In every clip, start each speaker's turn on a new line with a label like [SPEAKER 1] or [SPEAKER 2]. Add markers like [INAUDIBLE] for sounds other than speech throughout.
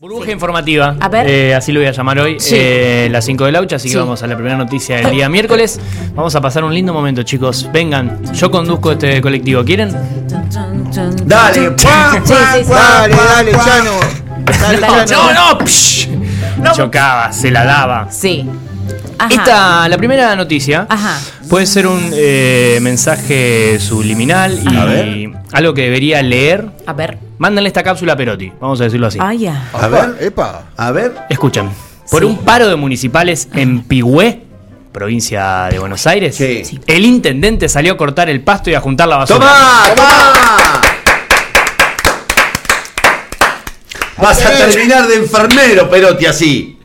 [SPEAKER 1] Burbuja informativa,
[SPEAKER 2] A ver.
[SPEAKER 1] Eh, así lo voy a llamar hoy,
[SPEAKER 2] Sí.
[SPEAKER 1] eh, las 5 de Laucha, así
[SPEAKER 2] Sí.
[SPEAKER 1] que vamos a la primera noticia del día miércoles. Vamos a pasar un lindo momento, chicos. Vengan, yo conduzco este colectivo, ¿quieren?
[SPEAKER 3] Dale, pa,
[SPEAKER 2] Sí,
[SPEAKER 3] pa,
[SPEAKER 2] sí, sí.
[SPEAKER 3] pa,
[SPEAKER 4] Dale,
[SPEAKER 3] pa,
[SPEAKER 4] dale,
[SPEAKER 3] pa.
[SPEAKER 4] Chano. Dale,
[SPEAKER 2] No,
[SPEAKER 4] Chano.
[SPEAKER 1] No, no, psh. chocaba, se la daba.
[SPEAKER 2] Sí. Ajá.
[SPEAKER 1] Esta, la primera noticia
[SPEAKER 2] Ajá.
[SPEAKER 1] puede ser un eh, mensaje subliminal y
[SPEAKER 3] A ver.
[SPEAKER 1] algo que debería leer.
[SPEAKER 2] A ver.
[SPEAKER 1] Mándenle esta cápsula a Perotti, vamos a decirlo así.
[SPEAKER 2] Ah, ya.
[SPEAKER 3] A ver,
[SPEAKER 4] epa.
[SPEAKER 3] a ver.
[SPEAKER 1] Escuchan, por
[SPEAKER 2] Sí.
[SPEAKER 1] un paro de municipales en Pigüé, provincia de Buenos Aires,
[SPEAKER 3] Sí.
[SPEAKER 2] Sí.
[SPEAKER 1] el intendente salió a cortar el pasto y a juntar la basura.
[SPEAKER 3] ¡Toma! ¡Toma! Vas a terminar de enfermero, Perotti, así.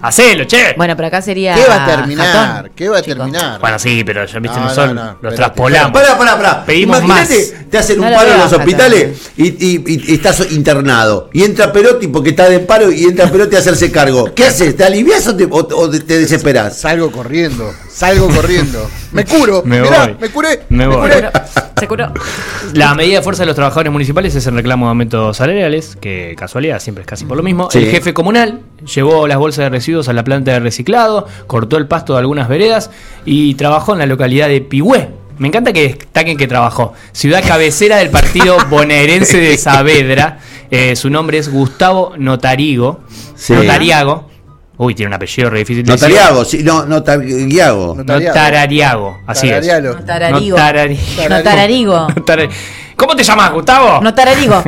[SPEAKER 1] ¡Hacelo, che!
[SPEAKER 2] Bueno, pero acá sería.
[SPEAKER 4] ¿Qué va a terminar?
[SPEAKER 2] Jatón.
[SPEAKER 4] ¿Qué va a
[SPEAKER 2] Chicos.
[SPEAKER 4] terminar?
[SPEAKER 1] Bueno, sí, pero ya viste,
[SPEAKER 4] No,
[SPEAKER 1] nosotros
[SPEAKER 4] no, no,
[SPEAKER 1] los
[SPEAKER 4] Perotti,
[SPEAKER 1] traspolamos.
[SPEAKER 3] Pará, pará, pará.
[SPEAKER 1] Pedimos
[SPEAKER 3] Imagínate,
[SPEAKER 1] más.
[SPEAKER 3] te hacen
[SPEAKER 2] No
[SPEAKER 3] un
[SPEAKER 2] lo
[SPEAKER 3] paro en
[SPEAKER 2] veo
[SPEAKER 3] los
[SPEAKER 2] baja,
[SPEAKER 3] hospitales y, y- y estás internado. Y entra Perotti porque está de paro y entra Perotti a hacerse cargo. ¿Qué haces? ¿Te alivias o te, o- o te desesperas?
[SPEAKER 4] Salgo corriendo, salgo corriendo. Me
[SPEAKER 1] [LAUGHS]
[SPEAKER 4] curo,
[SPEAKER 1] Me
[SPEAKER 4] mirá,
[SPEAKER 1] voy.
[SPEAKER 4] me curé.
[SPEAKER 1] Me voy.
[SPEAKER 4] curé.
[SPEAKER 2] Seguro, seguro.
[SPEAKER 1] La medida de fuerza de los trabajadores municipales es el reclamo de aumentos salariales, que casualidad, siempre es casi por lo mismo.
[SPEAKER 3] Sí.
[SPEAKER 1] El jefe comunal llevó las bolsas de residuos a la planta de reciclado, cortó el pasto de algunas veredas y trabajó en la localidad de Pigüé. Me encanta que destaquen que trabajó. Ciudad cabecera del partido
[SPEAKER 3] [LAUGHS]
[SPEAKER 1] bonaerense de Saavedra. Eh, su nombre es Gustavo Notarigo.
[SPEAKER 3] Sí.
[SPEAKER 1] Notariago. Uy, tiene un apellido re difícil. de decir.
[SPEAKER 3] Notariago, sí, no, notariago.
[SPEAKER 4] Notariago.
[SPEAKER 1] Notarariago. Así
[SPEAKER 4] Tararealo.
[SPEAKER 2] No tararigo.
[SPEAKER 1] Notarari-
[SPEAKER 2] No tararigo.
[SPEAKER 1] es. Notari- ¿Cómo te llamas, Gustavo?
[SPEAKER 2] No tararigo.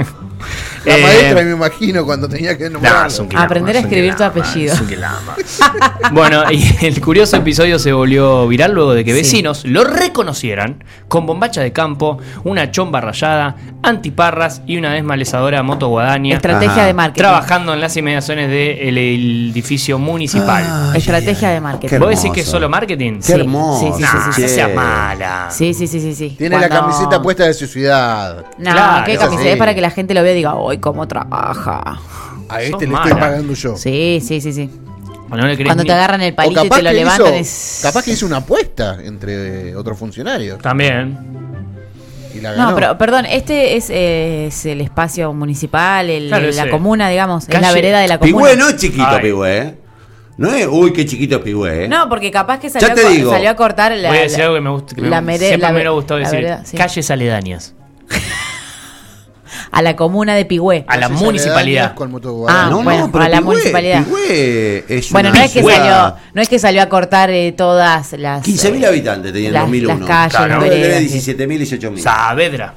[SPEAKER 4] La
[SPEAKER 1] Eh,
[SPEAKER 4] maestra me imagino cuando tenía que
[SPEAKER 1] Nah,
[SPEAKER 4] nombrar.
[SPEAKER 1] es un quilombo,
[SPEAKER 2] Aprender a
[SPEAKER 1] es un
[SPEAKER 2] escribir tu
[SPEAKER 1] quilombo,
[SPEAKER 2] apellido.
[SPEAKER 1] es un
[SPEAKER 2] [LAUGHS]
[SPEAKER 1] quilombo. bueno, y el curioso episodio se volvió viral luego de que
[SPEAKER 2] Sí.
[SPEAKER 1] vecinos lo reconocieran con bombacha de campo, una chomba rayada, antiparras y una desmalezadora moto guadaña
[SPEAKER 2] Estrategia
[SPEAKER 3] Ajá.
[SPEAKER 2] de marketing.
[SPEAKER 1] trabajando en las inmediaciones del edificio municipal.
[SPEAKER 3] Ah,
[SPEAKER 2] Estrategia de marketing.
[SPEAKER 3] Qué
[SPEAKER 1] ¿Vos decís que es
[SPEAKER 3] hermoso.
[SPEAKER 1] solo marketing?
[SPEAKER 3] Qué
[SPEAKER 2] Sí,
[SPEAKER 3] hermoso.
[SPEAKER 2] sí, sí,
[SPEAKER 1] Nah,
[SPEAKER 2] sí,
[SPEAKER 1] no
[SPEAKER 3] che.
[SPEAKER 1] seas mala.
[SPEAKER 2] Sí, sí, sí, sí, sí.
[SPEAKER 4] Tiene la
[SPEAKER 2] Cuando-
[SPEAKER 4] camiseta puesta de su ciudad.
[SPEAKER 2] No,
[SPEAKER 1] Claro,
[SPEAKER 2] qué
[SPEAKER 4] eso
[SPEAKER 2] camiseta.
[SPEAKER 4] sí.
[SPEAKER 2] Es para que la gente lo vea y diga, uy, cómo trabaja.
[SPEAKER 4] A este
[SPEAKER 1] Sos
[SPEAKER 4] le
[SPEAKER 1] mala.
[SPEAKER 4] estoy pagando yo.
[SPEAKER 2] Sí, sí, sí, sí.
[SPEAKER 1] Bueno, no le crees
[SPEAKER 2] Cuando
[SPEAKER 1] ni-
[SPEAKER 2] te agarran el
[SPEAKER 4] O
[SPEAKER 2] palito y te lo
[SPEAKER 4] que
[SPEAKER 2] levantan
[SPEAKER 4] hizo-
[SPEAKER 2] es.
[SPEAKER 4] capaz que hizo una apuesta entre eh, otros funcionarios
[SPEAKER 1] También.
[SPEAKER 4] y la Ah, ganó.
[SPEAKER 2] No, pero perdón, este es, eh, es el espacio municipal, el-
[SPEAKER 1] Claro,
[SPEAKER 2] la
[SPEAKER 1] sí.
[SPEAKER 2] comuna, digamos, es la
[SPEAKER 1] Calle
[SPEAKER 2] vereda de la comuna.
[SPEAKER 3] Pigüé no es chiquito,
[SPEAKER 1] Ay.
[SPEAKER 3] Pigüé. ¿eh? No es, uy, qué chiquito es Pigüé. ¿eh?
[SPEAKER 2] No, porque capaz que salió,
[SPEAKER 3] Ya
[SPEAKER 2] a,
[SPEAKER 3] te
[SPEAKER 2] co-
[SPEAKER 3] digo.
[SPEAKER 2] salió a cortar la.
[SPEAKER 1] Voy a decir
[SPEAKER 2] la-
[SPEAKER 1] algo que me gusta. que me-
[SPEAKER 2] la mere-
[SPEAKER 1] siempre
[SPEAKER 2] la
[SPEAKER 1] me
[SPEAKER 2] ver-
[SPEAKER 1] hubiera gustado
[SPEAKER 2] la
[SPEAKER 1] decir.
[SPEAKER 2] vereda, sí.
[SPEAKER 1] Calles aledañas.
[SPEAKER 2] A la comuna de Pigüé.
[SPEAKER 1] A la
[SPEAKER 4] Entonces,
[SPEAKER 1] municipalidad.
[SPEAKER 4] aledañas con moto
[SPEAKER 2] Ah,
[SPEAKER 3] no,
[SPEAKER 2] bueno,
[SPEAKER 3] no, pero
[SPEAKER 2] a la
[SPEAKER 3] Pigüé-
[SPEAKER 2] municipalidad.
[SPEAKER 3] Pigüé es
[SPEAKER 2] Bueno,
[SPEAKER 3] una
[SPEAKER 2] no es, que
[SPEAKER 3] ciudad-
[SPEAKER 2] salió, no es que salió a cortar eh, todas las.
[SPEAKER 3] 15.000
[SPEAKER 2] eh,
[SPEAKER 3] habitantes tenía en
[SPEAKER 2] las-
[SPEAKER 3] 2001.
[SPEAKER 2] Las calles,
[SPEAKER 1] Claro.
[SPEAKER 2] las
[SPEAKER 3] Ahora debe
[SPEAKER 2] veredas, sí.
[SPEAKER 3] 17.000 y 18.000.
[SPEAKER 1] Saavedra.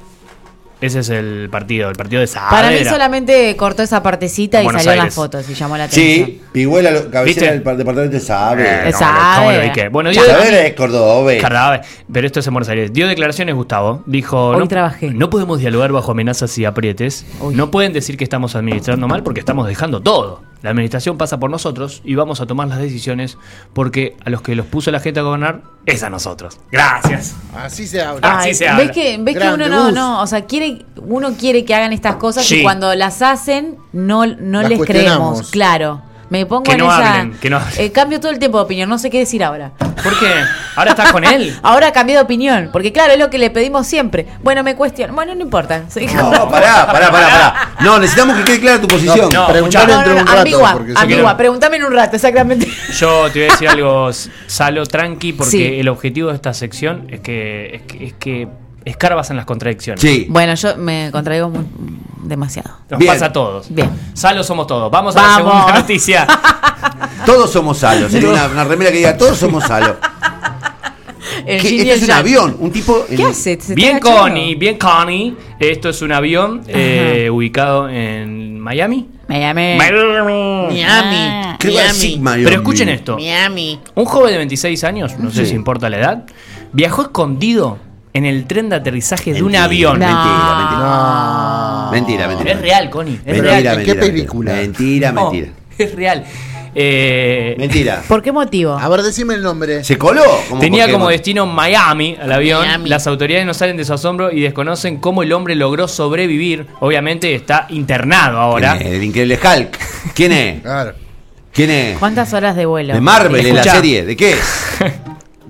[SPEAKER 1] Ese es el partido, el partido de Saavedra.
[SPEAKER 2] Para mí solamente cortó esa partecita
[SPEAKER 1] En
[SPEAKER 2] y
[SPEAKER 1] Buenos
[SPEAKER 2] salió en las
[SPEAKER 1] Aires.
[SPEAKER 2] fotos y llamó la atención.
[SPEAKER 3] Sí, Pigüé, la lo-
[SPEAKER 1] ¿Viste?
[SPEAKER 3] cabecera del par- departamento de
[SPEAKER 1] Eh,
[SPEAKER 3] Saavedra.
[SPEAKER 1] no,
[SPEAKER 2] Saavedra.
[SPEAKER 1] ¿cómo lo ubiqué? Bueno, dio,
[SPEAKER 3] Saavedra es Córdoba.
[SPEAKER 1] Carnaval, pero esto es en Buenos Aires. Dio declaraciones Gustavo. Dijo:
[SPEAKER 2] Hoy
[SPEAKER 1] no,
[SPEAKER 2] trabajé".
[SPEAKER 1] no podemos dialogar bajo amenazas y aprietes.
[SPEAKER 2] Uy.
[SPEAKER 1] No pueden decir que estamos administrando mal porque estamos dejando todo. La administración pasa por nosotros y vamos a tomar las decisiones porque a los que los puso la gente a gobernar es a nosotros. Gracias.
[SPEAKER 4] Así se habla.
[SPEAKER 1] Así
[SPEAKER 2] Ay,
[SPEAKER 1] Ah, se
[SPEAKER 2] ¿Ves
[SPEAKER 1] habla.
[SPEAKER 2] que, ves que
[SPEAKER 4] Grande,
[SPEAKER 2] uno no,
[SPEAKER 4] Gus.
[SPEAKER 2] no, o sea, quiere, uno quiere que hagan estas cosas
[SPEAKER 1] Sí.
[SPEAKER 2] y cuando las hacen no, no
[SPEAKER 4] Las
[SPEAKER 2] les creemos,
[SPEAKER 4] cuestionamos.
[SPEAKER 2] claro. Me pongo
[SPEAKER 1] Que
[SPEAKER 2] en
[SPEAKER 1] no
[SPEAKER 2] esa.
[SPEAKER 1] hablen, que no hablen.
[SPEAKER 2] Eh, cambio todo el tiempo de opinión, no sé qué decir ahora.
[SPEAKER 1] ¿Por qué? Ahora estás con
[SPEAKER 2] [LAUGHS]
[SPEAKER 1] él.
[SPEAKER 2] Ahora cambié de opinión, porque claro, es lo que le pedimos siempre. Bueno, me cuestiono. Bueno, no importa. [LAUGHS] soy
[SPEAKER 3] No,
[SPEAKER 2] como-
[SPEAKER 3] pará, pará, pará, pará. No, necesitamos que quede clara tu posición.
[SPEAKER 1] No,
[SPEAKER 4] Preguntar
[SPEAKER 1] escuchá.
[SPEAKER 4] entre un rato.
[SPEAKER 2] ambigua,
[SPEAKER 4] porque si no-
[SPEAKER 2] ambigua, pregúntame en un rato, exactamente.
[SPEAKER 1] Yo te voy a decir algo, Salo, tranqui, porque
[SPEAKER 2] Sí.
[SPEAKER 1] el objetivo de esta sección es que, es que, es que escarbas en las contradicciones.
[SPEAKER 3] Sí.
[SPEAKER 2] Bueno, yo me contraigo muy- demasiado.
[SPEAKER 1] Nos
[SPEAKER 3] Bien.
[SPEAKER 1] pasa a todos.
[SPEAKER 2] Bien.
[SPEAKER 1] Salo somos todos. Vamos, a la
[SPEAKER 2] Vamos.
[SPEAKER 1] segunda
[SPEAKER 2] [LAUGHS]
[SPEAKER 1] noticia.
[SPEAKER 3] Todos somos salos. Sería una, una remera que diga, todos somos salos.
[SPEAKER 2] El
[SPEAKER 4] Este
[SPEAKER 3] Que
[SPEAKER 2] yin y el
[SPEAKER 3] Esto es un
[SPEAKER 2] yang.
[SPEAKER 3] avión, un tipo... en-
[SPEAKER 2] ¿Qué hace? ¿Se está
[SPEAKER 1] bien
[SPEAKER 2] agachando?
[SPEAKER 1] Connie, bien Connie. Esto es un avión eh, ubicado en Miami.
[SPEAKER 2] Me llamé. Ah.
[SPEAKER 1] Miami.
[SPEAKER 2] Miami.
[SPEAKER 3] ¿Qué va a decir, Mario?
[SPEAKER 1] Pero escuchen esto.
[SPEAKER 2] Miami.
[SPEAKER 1] Un joven de 26 años, no sé
[SPEAKER 3] Sí.
[SPEAKER 1] si importa la edad, viajó escondido en el tren de aterrizaje de un
[SPEAKER 3] Mentira.
[SPEAKER 1] avión.
[SPEAKER 3] No. Mentira,
[SPEAKER 4] No.
[SPEAKER 3] Mentira, mentira.
[SPEAKER 1] Es real, Connie. Es
[SPEAKER 3] Mentira,
[SPEAKER 1] real.
[SPEAKER 3] mentira,
[SPEAKER 4] ¿En qué
[SPEAKER 3] mentira.
[SPEAKER 4] película?
[SPEAKER 3] Mentira,
[SPEAKER 1] No,
[SPEAKER 3] mentira.
[SPEAKER 1] [LAUGHS] Es real. Eh,
[SPEAKER 3] Mentira.
[SPEAKER 2] ¿Por qué motivo?
[SPEAKER 4] A ver, decime el nombre.
[SPEAKER 3] Se coló. como
[SPEAKER 1] Tenía
[SPEAKER 3] Pokémon.
[SPEAKER 1] como destino Miami al avión.
[SPEAKER 2] Miami.
[SPEAKER 1] Las autoridades no salen de su asombro y desconocen cómo el hombre logró sobrevivir. Obviamente está internado
[SPEAKER 3] ¿Quién
[SPEAKER 1] ahora.
[SPEAKER 3] es? El increíble Hulk. ¿Quién es?
[SPEAKER 4] Claro.
[SPEAKER 3] ¿Quién es?
[SPEAKER 2] ¿Cuántas horas de vuelo? Eh,
[SPEAKER 3] De Marvel, de la
[SPEAKER 1] Escuchá.
[SPEAKER 3] serie. ¿De qué es?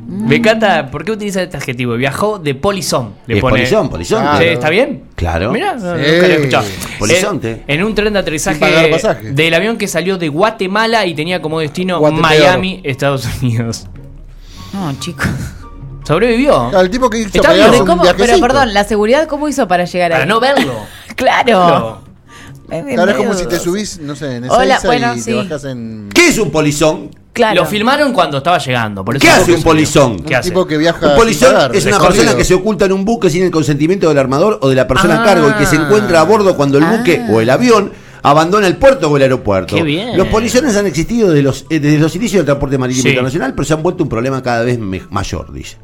[SPEAKER 1] Me encanta, ¿por qué utiliza este adjetivo? Viajó de polizón. Le
[SPEAKER 3] Es
[SPEAKER 1] pone- Ah,
[SPEAKER 3] polizón, polizón.
[SPEAKER 1] Sí, ¿Está bien?
[SPEAKER 3] Claro.
[SPEAKER 1] Mirá, no,
[SPEAKER 4] Sí.
[SPEAKER 1] nunca lo he escuchado.
[SPEAKER 3] Polizonte.
[SPEAKER 1] En, en un tren de aterrizaje
[SPEAKER 4] Sin pagar pasaje.
[SPEAKER 1] del avión que salió de Guatemala y tenía como destino
[SPEAKER 4] Guatepeor.
[SPEAKER 1] Miami, Estados Unidos.
[SPEAKER 2] No, chicos.
[SPEAKER 1] Sobrevivió.
[SPEAKER 4] Claro, El tipo que hizo
[SPEAKER 1] Está
[SPEAKER 4] pagar
[SPEAKER 1] bien,
[SPEAKER 2] Pero,
[SPEAKER 4] un
[SPEAKER 2] ¿cómo- pero
[SPEAKER 4] viajecito.
[SPEAKER 2] perdón, ¿la seguridad cómo hizo para llegar
[SPEAKER 1] Para
[SPEAKER 2] ahí?
[SPEAKER 1] no verlo.
[SPEAKER 2] [LAUGHS] Claro.
[SPEAKER 4] Claro, es como si te subís, no sé, en
[SPEAKER 2] Hola,
[SPEAKER 4] Ezeiza
[SPEAKER 2] bueno,
[SPEAKER 4] y
[SPEAKER 2] sí.
[SPEAKER 4] te bajás en...
[SPEAKER 3] ¿Qué es un polizón?
[SPEAKER 2] Claro.
[SPEAKER 1] Lo filmaron cuando estaba llegando. por eso
[SPEAKER 3] ¿Qué
[SPEAKER 1] tampoco
[SPEAKER 3] hace un
[SPEAKER 1] se vio.
[SPEAKER 3] polizón?
[SPEAKER 1] ¿Qué
[SPEAKER 4] un
[SPEAKER 1] hace?
[SPEAKER 4] tipo que viaja
[SPEAKER 3] Un
[SPEAKER 4] sin
[SPEAKER 3] polizón
[SPEAKER 4] pagar.
[SPEAKER 3] es una
[SPEAKER 1] Recorrido.
[SPEAKER 3] persona que se oculta en un buque sin el consentimiento del armador o de la persona
[SPEAKER 1] Ah.
[SPEAKER 3] a cargo y que se encuentra a bordo cuando el buque
[SPEAKER 2] Ah.
[SPEAKER 3] o el avión abandona el puerto o el aeropuerto.
[SPEAKER 1] Qué bien.
[SPEAKER 3] Los polizones han existido desde los, eh, desde los inicios del transporte marítimo
[SPEAKER 1] Sí.
[SPEAKER 3] internacional, pero se han vuelto un problema cada vez me- mayor, dice.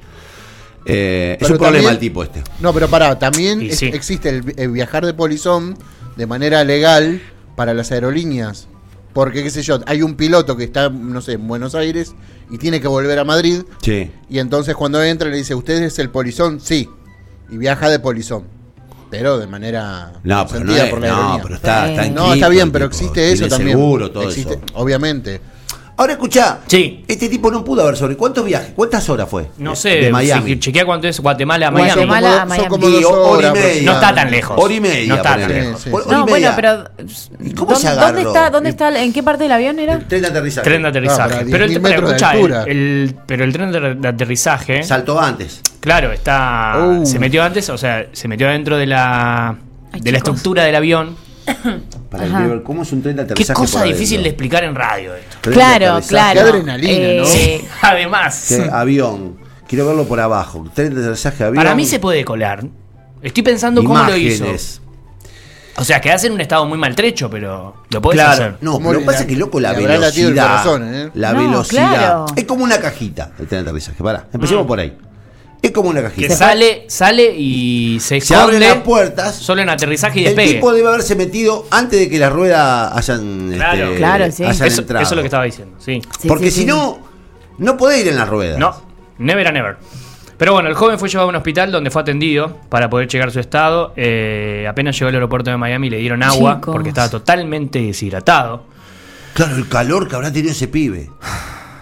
[SPEAKER 3] Eh, es
[SPEAKER 4] Pero
[SPEAKER 3] un problema
[SPEAKER 4] también-
[SPEAKER 3] el tipo este.
[SPEAKER 4] No, pero pará, también
[SPEAKER 1] Y
[SPEAKER 4] es-
[SPEAKER 1] sí.
[SPEAKER 4] existe el, vi- el viajar de polizón de manera legal para las aerolíneas. Porque, qué sé yo, hay un piloto que está, no sé, en Buenos Aires y tiene que volver a Madrid.
[SPEAKER 3] Sí.
[SPEAKER 4] Y entonces cuando entra le dice, ¿usted es el polizón? Sí. Y viaja de polizón. Pero de manera
[SPEAKER 3] No, pero no,
[SPEAKER 4] consentida
[SPEAKER 3] es-
[SPEAKER 4] por la
[SPEAKER 3] no,
[SPEAKER 4] aerolínea.
[SPEAKER 3] pero está,
[SPEAKER 2] Sí.
[SPEAKER 3] está en
[SPEAKER 4] No,
[SPEAKER 3] Quito,
[SPEAKER 4] está bien,
[SPEAKER 3] el
[SPEAKER 4] pero
[SPEAKER 3] tipo,
[SPEAKER 4] existe
[SPEAKER 3] tiene
[SPEAKER 4] eso también.
[SPEAKER 3] Seguro, todo
[SPEAKER 4] Existe-
[SPEAKER 3] eso.
[SPEAKER 4] Obviamente.
[SPEAKER 3] Ahora escuchá,
[SPEAKER 1] Sí.
[SPEAKER 3] este tipo no pudo haber sobre. ¿Cuántos viajes? ¿Cuántas horas fue?
[SPEAKER 1] No
[SPEAKER 3] De-
[SPEAKER 1] sé,
[SPEAKER 3] De Miami.
[SPEAKER 1] si chequea cuánto es Guatemala a Miami.
[SPEAKER 2] Guatemala. Mala
[SPEAKER 4] Como-
[SPEAKER 2] a Miami.
[SPEAKER 4] son como dos
[SPEAKER 3] Y hora y
[SPEAKER 4] horas
[SPEAKER 3] media.
[SPEAKER 4] aproximadamente.
[SPEAKER 1] No está tan lejos.
[SPEAKER 3] Hora y media.
[SPEAKER 1] No está tan
[SPEAKER 3] ponele.
[SPEAKER 1] lejos.
[SPEAKER 4] Sí,
[SPEAKER 3] Hora y
[SPEAKER 4] sí.
[SPEAKER 2] No, bueno,
[SPEAKER 3] media.
[SPEAKER 2] pero.
[SPEAKER 3] ¿Y cómo se
[SPEAKER 2] ¿dónde,
[SPEAKER 3] agarró?
[SPEAKER 2] dónde está? ¿Dónde está? ¿En qué parte del avión era?
[SPEAKER 3] Tren de aterrizaje.
[SPEAKER 1] Tren de
[SPEAKER 4] Ah,
[SPEAKER 1] aterrizaje.
[SPEAKER 4] para
[SPEAKER 1] pero, el,
[SPEAKER 4] 10.000 metros de
[SPEAKER 1] escuchá, el-
[SPEAKER 4] altura.
[SPEAKER 1] el- pero el tren de, de aterrizaje,
[SPEAKER 3] Saltó antes.
[SPEAKER 1] claro, está.
[SPEAKER 3] Oh.
[SPEAKER 4] Uh.
[SPEAKER 1] Se metió antes, o sea, se metió dentro de la.
[SPEAKER 2] Ay,
[SPEAKER 1] de la
[SPEAKER 2] chicos.
[SPEAKER 1] estructura del avión.
[SPEAKER 3] Para
[SPEAKER 2] Ajá.
[SPEAKER 3] el ¿Cómo es un tren de
[SPEAKER 1] Qué
[SPEAKER 3] aterrizaje?
[SPEAKER 1] cosa
[SPEAKER 3] por
[SPEAKER 1] difícil de
[SPEAKER 3] adentro?
[SPEAKER 1] explicar en radio esto. [LAUGHS]
[SPEAKER 3] Tren de
[SPEAKER 2] Claro,
[SPEAKER 3] aterrizaje.
[SPEAKER 2] claro.
[SPEAKER 4] Qué adrenalina, ¿no?
[SPEAKER 2] Eh,
[SPEAKER 1] Además,
[SPEAKER 3] Sí, avión. Quiero verlo por abajo. Tren de aterrizaje avión.
[SPEAKER 1] para mí se puede colar. Estoy pensando cómo lo hizo.
[SPEAKER 3] Imágenes.
[SPEAKER 1] O sea, quedás en un estado muy maltrecho, pero lo podés hacer.
[SPEAKER 3] No,
[SPEAKER 4] Como
[SPEAKER 3] pero lo
[SPEAKER 4] le-
[SPEAKER 3] que pasa es que, loco, la
[SPEAKER 4] le habrá latido el
[SPEAKER 3] velocidad.
[SPEAKER 4] corazón, ¿eh?
[SPEAKER 3] La
[SPEAKER 2] No,
[SPEAKER 3] velocidad.
[SPEAKER 2] claro. Ah.
[SPEAKER 3] Es como una cajita el tren de aterrizaje. Pará, empecemos por ahí. Es como una
[SPEAKER 1] Que
[SPEAKER 3] cajita.
[SPEAKER 1] sale, sale y se
[SPEAKER 3] Se
[SPEAKER 1] esconde.
[SPEAKER 3] abren las puertas.
[SPEAKER 1] Solo en aterrizaje y
[SPEAKER 3] El
[SPEAKER 1] despegue.
[SPEAKER 3] tipo debe haberse metido antes de que las ruedas hayan,
[SPEAKER 1] Claro.
[SPEAKER 3] este,
[SPEAKER 2] Claro, sí.
[SPEAKER 3] hayan
[SPEAKER 1] eso,
[SPEAKER 3] entrado.
[SPEAKER 1] eso es lo que estaba diciendo, sí.
[SPEAKER 2] sí,
[SPEAKER 3] Porque
[SPEAKER 2] sí,
[SPEAKER 3] si
[SPEAKER 2] sí.
[SPEAKER 3] no, no podés ir en las ruedas.
[SPEAKER 1] No, never a never. Pero bueno, el joven fue llevado a un hospital donde fue atendido para poder llegar a su estado. Eh, apenas llegó al aeropuerto de Miami le dieron agua
[SPEAKER 2] Chicos.
[SPEAKER 1] porque estaba totalmente deshidratado.
[SPEAKER 3] Claro, el calor que habrá tenido ese pibe.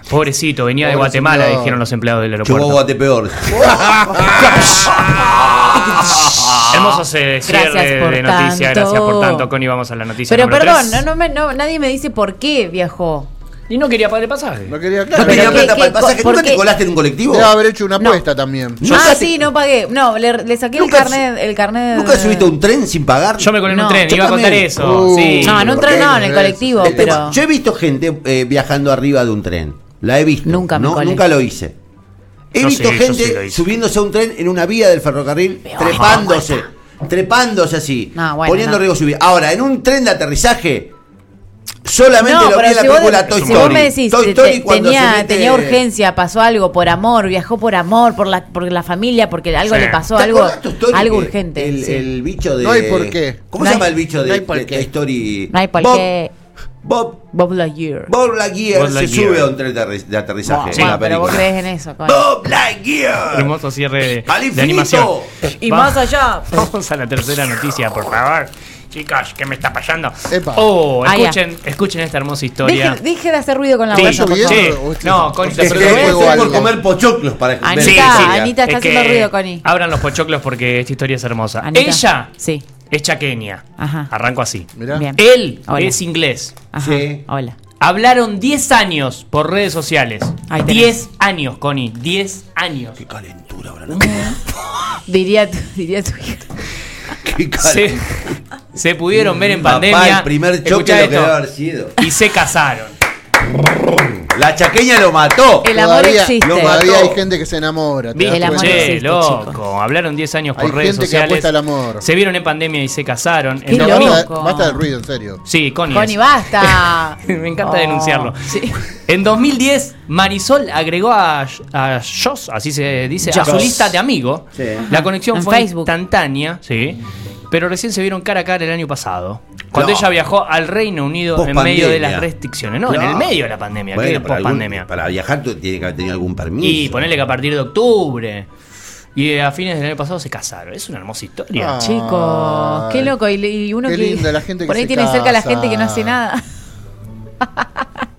[SPEAKER 1] Pobrecito, venía de
[SPEAKER 4] Pobre
[SPEAKER 1] Guatemala,
[SPEAKER 4] señor.
[SPEAKER 1] dijeron los empleados del aeropuerto.
[SPEAKER 3] Chihuahua te peor.
[SPEAKER 1] [LAUGHS] Hermoso se cierre
[SPEAKER 2] Gracias por
[SPEAKER 1] de noticia,
[SPEAKER 2] tanto.
[SPEAKER 1] gracias por tanto, Connie. Vamos a la noticia.
[SPEAKER 2] Pero
[SPEAKER 1] número
[SPEAKER 2] perdón, no,
[SPEAKER 1] tres.
[SPEAKER 2] no me, no, nadie me dice por qué viajó.
[SPEAKER 1] Y no quería pagar el pasaje.
[SPEAKER 4] No quería,
[SPEAKER 3] No
[SPEAKER 4] claro.
[SPEAKER 3] tenía
[SPEAKER 2] Pero qué-
[SPEAKER 3] plata para el
[SPEAKER 2] qué-
[SPEAKER 3] pasaje.
[SPEAKER 2] por
[SPEAKER 3] ¿Nunca
[SPEAKER 2] qué?
[SPEAKER 3] te colaste en un colectivo?
[SPEAKER 4] Debe haber hecho una apuesta también.
[SPEAKER 3] Yo
[SPEAKER 2] ah,
[SPEAKER 3] nunca-
[SPEAKER 2] sí, no pagué. No, le, le saqué el
[SPEAKER 3] Nunca
[SPEAKER 2] carnet, el carnet.
[SPEAKER 3] ¿Nunca subiste a un tren sin pagar?
[SPEAKER 1] Yo me colé en un
[SPEAKER 2] No,
[SPEAKER 1] tren,
[SPEAKER 3] yo
[SPEAKER 1] iba a contar
[SPEAKER 3] también.
[SPEAKER 1] eso.
[SPEAKER 4] Uh.
[SPEAKER 1] sí.
[SPEAKER 2] No, en un tren no, en el
[SPEAKER 4] ¿Por qué?
[SPEAKER 2] colectivo,
[SPEAKER 3] El tema-
[SPEAKER 2] pero.
[SPEAKER 3] Yo he visto gente eh, viajando arriba de un tren. La he visto.
[SPEAKER 2] Nunca me
[SPEAKER 3] no,
[SPEAKER 2] colé.
[SPEAKER 3] Nunca lo hice. He
[SPEAKER 1] Yo
[SPEAKER 3] visto
[SPEAKER 1] sí, yo
[SPEAKER 3] gente
[SPEAKER 1] sí lo hice.
[SPEAKER 3] subiéndose a un tren en una vía del ferrocarril, trepándose. Trepándose así.
[SPEAKER 2] No, bueno,
[SPEAKER 3] poniendo
[SPEAKER 2] no.
[SPEAKER 3] riesgo subir. Ahora, en un tren de aterrizaje. Solamente
[SPEAKER 2] No,
[SPEAKER 3] lo vi
[SPEAKER 2] pero
[SPEAKER 3] en la
[SPEAKER 2] si vos,
[SPEAKER 3] película
[SPEAKER 2] de-
[SPEAKER 3] Toy
[SPEAKER 2] si
[SPEAKER 3] Story.
[SPEAKER 2] vos me decís,
[SPEAKER 3] Toy
[SPEAKER 2] te-
[SPEAKER 3] Story
[SPEAKER 2] te-
[SPEAKER 3] cuando
[SPEAKER 2] tenía,
[SPEAKER 3] se mete-
[SPEAKER 2] tenía urgencia, pasó algo por amor, viajó por amor, por la, por la familia, porque algo
[SPEAKER 1] Sí.
[SPEAKER 2] le pasó,
[SPEAKER 3] ¿Te
[SPEAKER 2] algo,
[SPEAKER 3] acordás Toy Story?
[SPEAKER 2] algo
[SPEAKER 3] El-
[SPEAKER 2] urgente.
[SPEAKER 3] El,
[SPEAKER 2] sí.
[SPEAKER 3] el bicho de.
[SPEAKER 4] No hay por qué.
[SPEAKER 3] ¿Cómo
[SPEAKER 2] No
[SPEAKER 3] se
[SPEAKER 2] hay-
[SPEAKER 3] llama el bicho de,
[SPEAKER 4] no hay por
[SPEAKER 3] de
[SPEAKER 4] qué.
[SPEAKER 3] Toy Story?
[SPEAKER 2] No hay por
[SPEAKER 3] Bob-
[SPEAKER 2] qué.
[SPEAKER 3] Bob
[SPEAKER 2] Bob Lightyear.
[SPEAKER 3] Bob Lightyear
[SPEAKER 1] Bob
[SPEAKER 3] se
[SPEAKER 1] Lightyear.
[SPEAKER 3] sube a un tren de aterri- de aterrizaje.
[SPEAKER 2] Bueno,
[SPEAKER 1] Sí,
[SPEAKER 3] en la
[SPEAKER 2] pero vos
[SPEAKER 3] película.
[SPEAKER 2] crees en eso. coño.
[SPEAKER 3] Bob Lightyear.
[SPEAKER 1] Hermoso cierre de,
[SPEAKER 3] Al
[SPEAKER 1] de
[SPEAKER 3] infinito.
[SPEAKER 1] animación.
[SPEAKER 2] Y
[SPEAKER 1] Va-
[SPEAKER 2] más allá.
[SPEAKER 1] Vamos a la tercera noticia, por favor. Chicos, ¿qué me está pasando?
[SPEAKER 4] Epa.
[SPEAKER 1] Oh,
[SPEAKER 2] Ah, ya.
[SPEAKER 1] escuchen, escuchen esta hermosa historia.
[SPEAKER 2] Deje, deje de hacer ruido con la
[SPEAKER 1] Sí,
[SPEAKER 2] boca.
[SPEAKER 4] ¿Está
[SPEAKER 2] por
[SPEAKER 1] sí,
[SPEAKER 4] lloviendo?
[SPEAKER 2] favor.
[SPEAKER 4] o está-
[SPEAKER 1] No, Connie,
[SPEAKER 3] Este,
[SPEAKER 4] Es
[SPEAKER 1] pero
[SPEAKER 4] que
[SPEAKER 1] te voy a
[SPEAKER 4] fue
[SPEAKER 1] decir-
[SPEAKER 4] algo.
[SPEAKER 3] pochoclos para
[SPEAKER 2] Anita,
[SPEAKER 3] ver esta serie.
[SPEAKER 2] Anita. está
[SPEAKER 1] es
[SPEAKER 2] haciendo
[SPEAKER 1] que
[SPEAKER 2] ruido, Connie.
[SPEAKER 1] Abran los pochoclos porque esta historia es hermosa.
[SPEAKER 2] Anita.
[SPEAKER 1] Ella
[SPEAKER 2] Sí.
[SPEAKER 1] es chaqueña.
[SPEAKER 2] Ajá.
[SPEAKER 1] Arranco así.
[SPEAKER 4] Mirá.
[SPEAKER 2] Bien. Ah,
[SPEAKER 1] Él
[SPEAKER 2] Hola.
[SPEAKER 1] es inglés.
[SPEAKER 2] Ajá.
[SPEAKER 3] Sí.
[SPEAKER 2] Hola.
[SPEAKER 1] Hablaron 10 años por redes sociales.
[SPEAKER 2] Ahí tenés.
[SPEAKER 1] 10 años, Connie. 10 años.
[SPEAKER 3] Qué calentura,
[SPEAKER 2] [LAUGHS]
[SPEAKER 3] Abraham.
[SPEAKER 2] Diría tu, diría tu hija.
[SPEAKER 3] Qué
[SPEAKER 1] Se,
[SPEAKER 3] calentura.
[SPEAKER 1] se pudieron ver en
[SPEAKER 3] Papá,
[SPEAKER 1] pandemia.
[SPEAKER 3] el primer choque
[SPEAKER 1] Escuchá
[SPEAKER 3] lo que
[SPEAKER 1] esto.
[SPEAKER 3] debe haber sido.
[SPEAKER 1] Y se casaron.
[SPEAKER 3] La chaqueña lo mató.
[SPEAKER 2] El amor
[SPEAKER 4] Todavía-
[SPEAKER 2] existe.
[SPEAKER 3] lo mató.
[SPEAKER 4] Todavía hay gente que se enamora. ¿te
[SPEAKER 1] ¿Viste?
[SPEAKER 4] das
[SPEAKER 2] El amor
[SPEAKER 4] cuenta?
[SPEAKER 1] Che,
[SPEAKER 2] existe,
[SPEAKER 1] loco.
[SPEAKER 2] chicos.
[SPEAKER 1] Hablaron 10 años por
[SPEAKER 4] Hay
[SPEAKER 1] redes
[SPEAKER 4] gente que
[SPEAKER 1] sociales.
[SPEAKER 4] apuesta al amor.
[SPEAKER 1] Se vieron en pandemia y se casaron.
[SPEAKER 2] Qué
[SPEAKER 1] En
[SPEAKER 2] loco.
[SPEAKER 1] 2000
[SPEAKER 4] Basta, basta del ruido, en serio.
[SPEAKER 1] Sí, Connie.
[SPEAKER 2] Connie,
[SPEAKER 1] es.
[SPEAKER 2] basta.
[SPEAKER 1] [LAUGHS] Me encanta
[SPEAKER 2] Oh,
[SPEAKER 1] denunciarlo.
[SPEAKER 2] Sí.
[SPEAKER 1] En 2010, Marisol agregó a, a Joss, así se dice, a su
[SPEAKER 2] Joss.
[SPEAKER 1] lista de amigos.
[SPEAKER 3] Sí.
[SPEAKER 1] La conexión
[SPEAKER 2] En
[SPEAKER 1] fue
[SPEAKER 2] Facebook.
[SPEAKER 1] instantánea, sí. Pero recién se vieron cara a cara el año pasado. Cuando
[SPEAKER 3] No.
[SPEAKER 1] ella viajó al Reino Unido en
[SPEAKER 3] Pospandemia.
[SPEAKER 1] medio de las restricciones. No, en el
[SPEAKER 3] Claro.
[SPEAKER 1] medio de la pandemia,
[SPEAKER 3] Bueno,
[SPEAKER 1] que
[SPEAKER 3] para algún-
[SPEAKER 1] pospandemia.
[SPEAKER 3] Para viajar tú tiene que haber tenido algún permiso.
[SPEAKER 1] Y ponele que a partir de octubre. Y a fines del año pasado se casaron. Es una hermosa historia.
[SPEAKER 4] Ah.
[SPEAKER 2] Chicos, qué loco. Y, le- y uno
[SPEAKER 4] Qué
[SPEAKER 2] que.
[SPEAKER 4] linda la gente que
[SPEAKER 2] por ahí
[SPEAKER 4] se
[SPEAKER 2] tiene cerca a la gente que no
[SPEAKER 4] casa.
[SPEAKER 2] hace nada.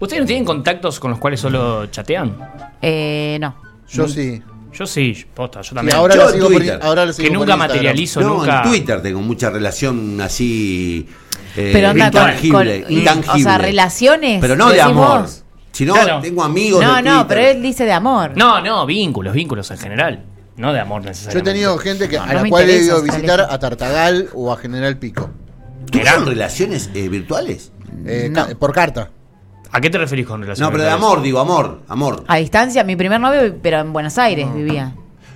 [SPEAKER 1] ¿Ustedes no tienen contactos con los cuales solo chatean?
[SPEAKER 2] Eh, no.
[SPEAKER 4] Yo
[SPEAKER 1] Nun-
[SPEAKER 4] sí.
[SPEAKER 1] Yo sí, posta, yo
[SPEAKER 4] Y
[SPEAKER 1] también.
[SPEAKER 4] ahora
[SPEAKER 3] Yo
[SPEAKER 4] la sigo por,
[SPEAKER 3] Twitter.
[SPEAKER 4] in- ahora la sigo
[SPEAKER 1] que
[SPEAKER 4] por
[SPEAKER 1] nunca
[SPEAKER 4] Instagram.
[SPEAKER 1] materializo,
[SPEAKER 3] No,
[SPEAKER 1] nunca.
[SPEAKER 3] en Twitter tengo mucha relación así. eh,
[SPEAKER 2] Pero anda con-
[SPEAKER 3] intangible,
[SPEAKER 2] con-
[SPEAKER 3] intangible.
[SPEAKER 2] O sea, relaciones.
[SPEAKER 3] Pero no de
[SPEAKER 2] decís
[SPEAKER 3] amor.
[SPEAKER 2] vos.
[SPEAKER 3] Sino
[SPEAKER 1] Claro.
[SPEAKER 3] tengo amigos.
[SPEAKER 2] No,
[SPEAKER 3] de
[SPEAKER 2] no,
[SPEAKER 3] Twitter.
[SPEAKER 2] pero él dice de amor.
[SPEAKER 1] No, no, vínculos, vínculos en general. No de amor
[SPEAKER 4] Yo he
[SPEAKER 1] necesariamente.
[SPEAKER 4] tenido gente que,
[SPEAKER 2] No,
[SPEAKER 4] a
[SPEAKER 2] no
[SPEAKER 4] la
[SPEAKER 2] me
[SPEAKER 4] cual he
[SPEAKER 2] interesa
[SPEAKER 4] ido a
[SPEAKER 2] estar
[SPEAKER 4] visitar
[SPEAKER 2] lejos.
[SPEAKER 4] a Tartagal o a General Pico.
[SPEAKER 3] ¿Tuvieron relaciones eh, virtuales?
[SPEAKER 4] Eh, ca- por carta.
[SPEAKER 1] ¿A qué te referís con relación?
[SPEAKER 3] No, pero de
[SPEAKER 1] a eso?
[SPEAKER 3] amor, digo, amor, amor.
[SPEAKER 2] A distancia, mi primer novio, pero en Buenos Aires vivía.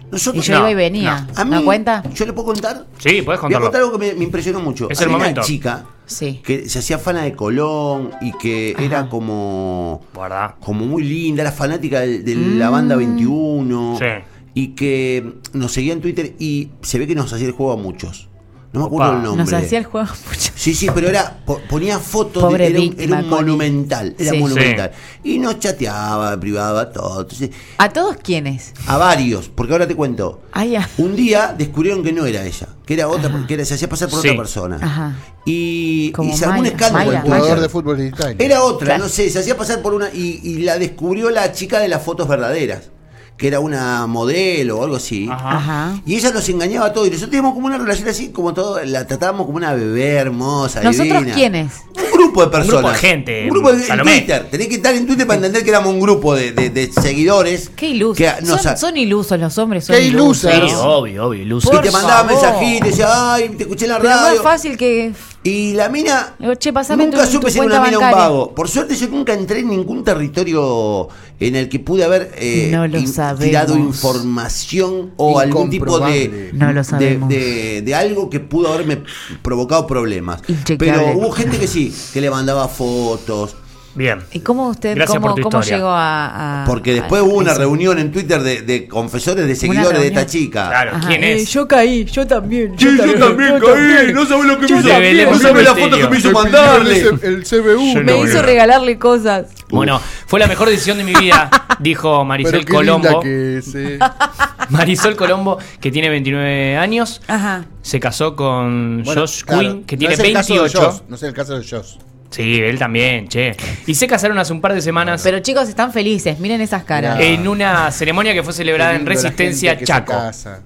[SPEAKER 2] Y
[SPEAKER 3] Nosotros,
[SPEAKER 2] yo
[SPEAKER 1] No,
[SPEAKER 2] iba y venía.
[SPEAKER 3] a
[SPEAKER 2] ¿No
[SPEAKER 3] mí-
[SPEAKER 2] cuenta?
[SPEAKER 3] ¿Yo le puedo contar?
[SPEAKER 1] Sí, podés
[SPEAKER 3] Voy a
[SPEAKER 1] contarlo.
[SPEAKER 3] contar algo que me, me impresionó mucho.
[SPEAKER 1] Es
[SPEAKER 3] Había
[SPEAKER 1] el
[SPEAKER 3] una
[SPEAKER 1] momento.
[SPEAKER 3] chica
[SPEAKER 2] Sí.
[SPEAKER 3] que se hacía fana de Colón y que era como
[SPEAKER 1] Guardá.
[SPEAKER 3] como muy linda, era fanática del- de, la
[SPEAKER 2] Mm.
[SPEAKER 3] banda 21.
[SPEAKER 1] Sí.
[SPEAKER 3] Y que nos seguía en Twitter y se ve que nos hacía el juego a muchos. No me acuerdo
[SPEAKER 1] Opa.
[SPEAKER 3] el nombre.
[SPEAKER 2] Nos hacía el juego [LAUGHS] mucho.
[SPEAKER 3] Sí, sí, pero era po- ponía fotos,
[SPEAKER 2] Pobre
[SPEAKER 3] de, era, un-
[SPEAKER 2] víctima,
[SPEAKER 3] era un
[SPEAKER 2] Connie.
[SPEAKER 3] monumental, era
[SPEAKER 2] Sí.
[SPEAKER 3] monumental. Y nos chateaba, privaba, todo. Entonces,
[SPEAKER 2] ¿A todos quiénes?
[SPEAKER 3] a varios, porque ahora te cuento.
[SPEAKER 2] Ay, ya.
[SPEAKER 3] Un día descubrieron que no era ella, que era otra, que era- se hacía pasar por
[SPEAKER 1] Sí.
[SPEAKER 3] otra persona.
[SPEAKER 2] Ajá.
[SPEAKER 3] Y,
[SPEAKER 2] Como
[SPEAKER 3] y se armó un
[SPEAKER 2] Maya,
[SPEAKER 3] escándalo
[SPEAKER 2] Maya.
[SPEAKER 3] en Twitter.
[SPEAKER 4] Jugador de fútbol de Italia.
[SPEAKER 3] Era otra,
[SPEAKER 2] Claro.
[SPEAKER 3] no sé, se hacía pasar por una. Y, y la descubrió la chica de las fotos verdaderas, que era una modelo o algo así.
[SPEAKER 1] Ajá.
[SPEAKER 2] Ajá.
[SPEAKER 3] Y ella nos engañaba a todos. Y nosotros teníamos como una relación así, como todo. La tratábamos como una bebé hermosa.
[SPEAKER 2] ¿Nosotros
[SPEAKER 3] divina.
[SPEAKER 2] quiénes?
[SPEAKER 3] Un grupo de personas.
[SPEAKER 1] grupo de gente,
[SPEAKER 3] Un grupo de en
[SPEAKER 1] Salomé.
[SPEAKER 3] Twitter. Tenés que estar en Twitter para entender que éramos un grupo de, de- de seguidores.
[SPEAKER 2] Qué ilusos.
[SPEAKER 3] que nos-
[SPEAKER 2] son, son ilusos los hombres. Son
[SPEAKER 4] Qué
[SPEAKER 1] Sí,
[SPEAKER 4] ilusos. Claro.
[SPEAKER 1] obvio, obvio, iluso.
[SPEAKER 3] y
[SPEAKER 2] Por
[SPEAKER 3] te mandaba
[SPEAKER 2] favor.
[SPEAKER 3] mensajitos, decía, ay, te escuché en la
[SPEAKER 2] Pero más
[SPEAKER 3] radio.
[SPEAKER 2] fácil que.
[SPEAKER 3] Y la mina.
[SPEAKER 2] Digo, che, pasame
[SPEAKER 3] nunca
[SPEAKER 2] tu-
[SPEAKER 3] supe
[SPEAKER 2] tu
[SPEAKER 3] ser una
[SPEAKER 2] cuenta
[SPEAKER 3] mina un
[SPEAKER 2] bancaria.
[SPEAKER 3] vago. Por suerte, yo nunca entré en ningún territorio en el que pude haber eh,
[SPEAKER 2] No lo
[SPEAKER 3] tirado
[SPEAKER 2] sabemos.
[SPEAKER 3] información o algún tipo de,
[SPEAKER 4] Incomprobable.
[SPEAKER 2] No lo
[SPEAKER 3] de-
[SPEAKER 2] sabemos.
[SPEAKER 3] de- de algo que pudo haberme provocado problemas.
[SPEAKER 2] Inchecable.
[SPEAKER 3] Pero hubo gente que sí, que le mandaba fotos.
[SPEAKER 1] Bien.
[SPEAKER 2] ¿Y cómo usted
[SPEAKER 1] Gracias por
[SPEAKER 2] cómo,
[SPEAKER 1] tu
[SPEAKER 2] cómo
[SPEAKER 1] historia.
[SPEAKER 2] llegó a, a-
[SPEAKER 3] Porque después
[SPEAKER 2] a-
[SPEAKER 3] hubo una
[SPEAKER 2] Ah, eso?
[SPEAKER 3] reunión en Twitter de, de confesores de seguidores de esta
[SPEAKER 2] reunión.
[SPEAKER 3] chica.
[SPEAKER 1] Claro,
[SPEAKER 2] Ajá,
[SPEAKER 1] ¿quién
[SPEAKER 2] eh,
[SPEAKER 1] es?
[SPEAKER 2] yo caí, yo también. Yo,
[SPEAKER 3] no sabés lo que
[SPEAKER 2] Yo también.
[SPEAKER 3] No sabés la foto que me hizo
[SPEAKER 4] Me pidió
[SPEAKER 3] mandarle.
[SPEAKER 4] El, el CBU.
[SPEAKER 1] Yo
[SPEAKER 2] Me
[SPEAKER 1] no,
[SPEAKER 2] hizo
[SPEAKER 1] boludo.
[SPEAKER 2] regalarle cosas.
[SPEAKER 1] Bueno, fue la mejor decisión de mi vida, [LAUGHS] dijo Marisol
[SPEAKER 4] Pero qué
[SPEAKER 1] Colombo.
[SPEAKER 4] linda que
[SPEAKER 2] [LAUGHS]
[SPEAKER 4] es. eh.
[SPEAKER 1] [LAUGHS] Marisol Colombo, que tiene 29 años,
[SPEAKER 2] Ajá.
[SPEAKER 1] se casó con
[SPEAKER 4] Bueno,
[SPEAKER 1] Josh
[SPEAKER 4] claro,
[SPEAKER 1] Quinn, que
[SPEAKER 4] no
[SPEAKER 1] tiene
[SPEAKER 4] es el caso de
[SPEAKER 1] 28.
[SPEAKER 4] Joss, No sé el caso de Josh.
[SPEAKER 1] Sí, él también, che. Y se casaron hace un par de semanas
[SPEAKER 2] Pero chicos, están felices. Miren esas caras.
[SPEAKER 4] Mirá.
[SPEAKER 1] en una ceremonia que fue celebrada en Resistencia Chaco.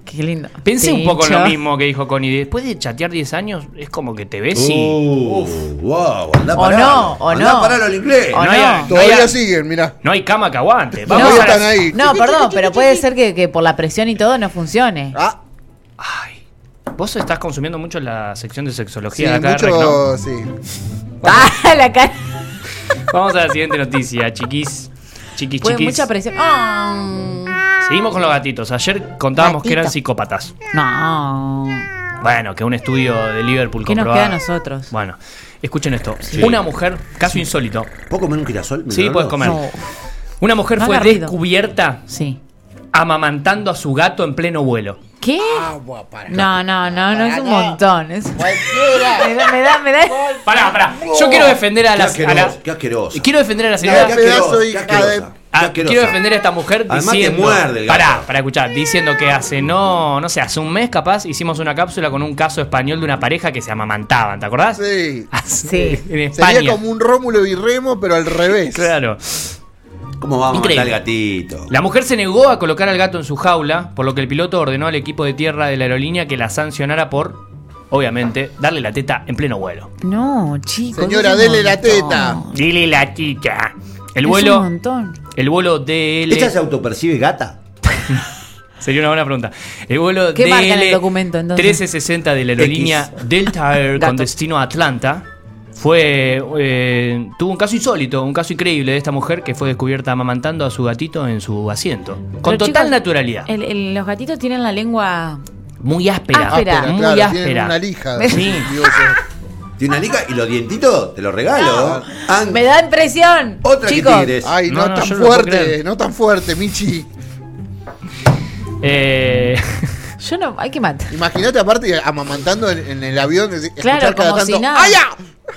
[SPEAKER 2] Qué lindo.
[SPEAKER 1] Pensé un poco en lo
[SPEAKER 2] Pincho.
[SPEAKER 1] mismo que dijo Connie. Después de chatear 10 años, es como que te ves y.
[SPEAKER 3] Uh, wow, andá
[SPEAKER 2] O
[SPEAKER 3] pará.
[SPEAKER 2] no, o
[SPEAKER 3] Andá
[SPEAKER 2] no.
[SPEAKER 3] pará al inglés.
[SPEAKER 1] No
[SPEAKER 2] O
[SPEAKER 1] hay,
[SPEAKER 2] no.
[SPEAKER 1] no hay-
[SPEAKER 4] Todavía siguen, mirá.
[SPEAKER 1] no hay cama que aguante.
[SPEAKER 4] No,
[SPEAKER 1] Vamos a
[SPEAKER 4] están
[SPEAKER 1] las-
[SPEAKER 4] ahí.
[SPEAKER 2] No, perdón, pero puede ser que, que por la presión y todo no funcione.
[SPEAKER 4] Ah,
[SPEAKER 1] Ay, vos estás consumiendo mucho la sección de
[SPEAKER 4] sí,
[SPEAKER 1] sexología de acá de Rec, ¿no?
[SPEAKER 4] mucho, sí.
[SPEAKER 2] Ah, la cara.
[SPEAKER 1] Vamos a la siguiente noticia, chiquis. Chiquis,
[SPEAKER 2] Fue
[SPEAKER 1] chiquis.
[SPEAKER 2] Pues mucha presión. Ah.
[SPEAKER 1] Seguimos con los gatitos. Ayer contábamos que eran
[SPEAKER 2] Gatito.
[SPEAKER 1] psicópatas.
[SPEAKER 2] No.
[SPEAKER 1] Bueno, que un estudio de Liverpool
[SPEAKER 2] ¿Qué nos
[SPEAKER 1] comprobaba-
[SPEAKER 2] queda a nosotros?
[SPEAKER 1] Bueno, escuchen esto. Una mujer, caso insólito.
[SPEAKER 3] ¿Puedo comer un girasol? ¿Me
[SPEAKER 1] Sí,
[SPEAKER 3] lo
[SPEAKER 1] puedes
[SPEAKER 3] regalo?
[SPEAKER 1] comer.
[SPEAKER 2] No.
[SPEAKER 1] Una mujer
[SPEAKER 2] No
[SPEAKER 1] fue
[SPEAKER 2] haga ruido.
[SPEAKER 1] descubierta
[SPEAKER 2] Sí.
[SPEAKER 1] amamantando a su gato en pleno vuelo.
[SPEAKER 2] ¿Qué? No, no, no, no es un montón. Es... [LAUGHS]
[SPEAKER 4] Cualquiera.
[SPEAKER 2] Me da, me da, me da-
[SPEAKER 1] Pará, pará. Yo quiero defender a
[SPEAKER 3] Qué
[SPEAKER 1] las. a la-
[SPEAKER 3] asqueroso, qué asqueroso.
[SPEAKER 1] Quiero defender a la
[SPEAKER 3] Qué
[SPEAKER 1] señora.
[SPEAKER 4] Qué pedazo
[SPEAKER 3] asqueroso,
[SPEAKER 4] de
[SPEAKER 3] qué
[SPEAKER 4] hija de-
[SPEAKER 3] asquerosa, qué
[SPEAKER 1] Ah,
[SPEAKER 3] asquerosa.
[SPEAKER 1] quiero defender a esta mujer
[SPEAKER 3] Además te
[SPEAKER 1] diciendo.
[SPEAKER 3] muerde el gato.
[SPEAKER 1] Pará, pará, escuchar. Diciendo que hace no, no sé, hace un mes capaz hicimos una cápsula con un caso español de una pareja que se amamantaban, ¿te acordás?
[SPEAKER 4] Sí.
[SPEAKER 2] Sí.
[SPEAKER 1] Ah, En España.
[SPEAKER 4] Sería como un Rómulo y Remo, pero al revés.
[SPEAKER 1] Claro.
[SPEAKER 3] ¿Cómo vamos a matar
[SPEAKER 1] Increíble.
[SPEAKER 3] el gatito?
[SPEAKER 1] La mujer se negó a colocar al gato en su jaula, por lo que el piloto ordenó al equipo de tierra de la aerolínea que la sancionara por, obviamente, darle la teta en pleno vuelo.
[SPEAKER 2] No, chicos.
[SPEAKER 4] Señora,
[SPEAKER 2] es un
[SPEAKER 4] dele la
[SPEAKER 2] montón.
[SPEAKER 4] teta.
[SPEAKER 1] Dile la tita. El
[SPEAKER 2] Es un
[SPEAKER 1] vuelo,
[SPEAKER 2] montón.
[SPEAKER 1] el vuelo DL.
[SPEAKER 3] ¿Ella se autopercibe gata?
[SPEAKER 1] Sería una buena pregunta. El vuelo
[SPEAKER 2] ¿Qué
[SPEAKER 1] DL
[SPEAKER 2] marca en el documento, entonces?
[SPEAKER 1] 1360 de la aerolínea Delta Air con
[SPEAKER 2] Gato.
[SPEAKER 1] destino a Atlanta. Fue, eh, tuvo un caso insólito, un caso increíble de esta mujer que fue descubierta amamantando a su gatito en su asiento. Con
[SPEAKER 2] Pero,
[SPEAKER 1] total
[SPEAKER 2] chicos,
[SPEAKER 1] naturalidad.
[SPEAKER 2] el- el- los gatitos tienen la lengua.
[SPEAKER 1] Muy áspera.
[SPEAKER 2] Áspera,
[SPEAKER 1] muy
[SPEAKER 4] claro, Tienen
[SPEAKER 1] áspera.
[SPEAKER 4] una lija.
[SPEAKER 2] [LAUGHS]
[SPEAKER 1] Sí.
[SPEAKER 4] Digo, sí.
[SPEAKER 3] ¿Tiene una lica? ¿Y los dientitos? Te los regalo. And-
[SPEAKER 2] Me dan presión.
[SPEAKER 3] Otra
[SPEAKER 2] chicos.
[SPEAKER 3] que tigres.
[SPEAKER 4] Ay, no,
[SPEAKER 1] No, no,
[SPEAKER 4] tan
[SPEAKER 1] yo no lo puedo
[SPEAKER 4] fuerte,
[SPEAKER 1] creer.
[SPEAKER 4] no tan fuerte, Michi.
[SPEAKER 2] [LAUGHS]
[SPEAKER 1] Eh,
[SPEAKER 2] Yo no, hay que matar.
[SPEAKER 4] Imagínate aparte amamantando en, en el avión, es- escuchar
[SPEAKER 2] Claro,
[SPEAKER 4] cada
[SPEAKER 2] como si
[SPEAKER 4] tanto.
[SPEAKER 2] nada.
[SPEAKER 4] ¡Ay, ya!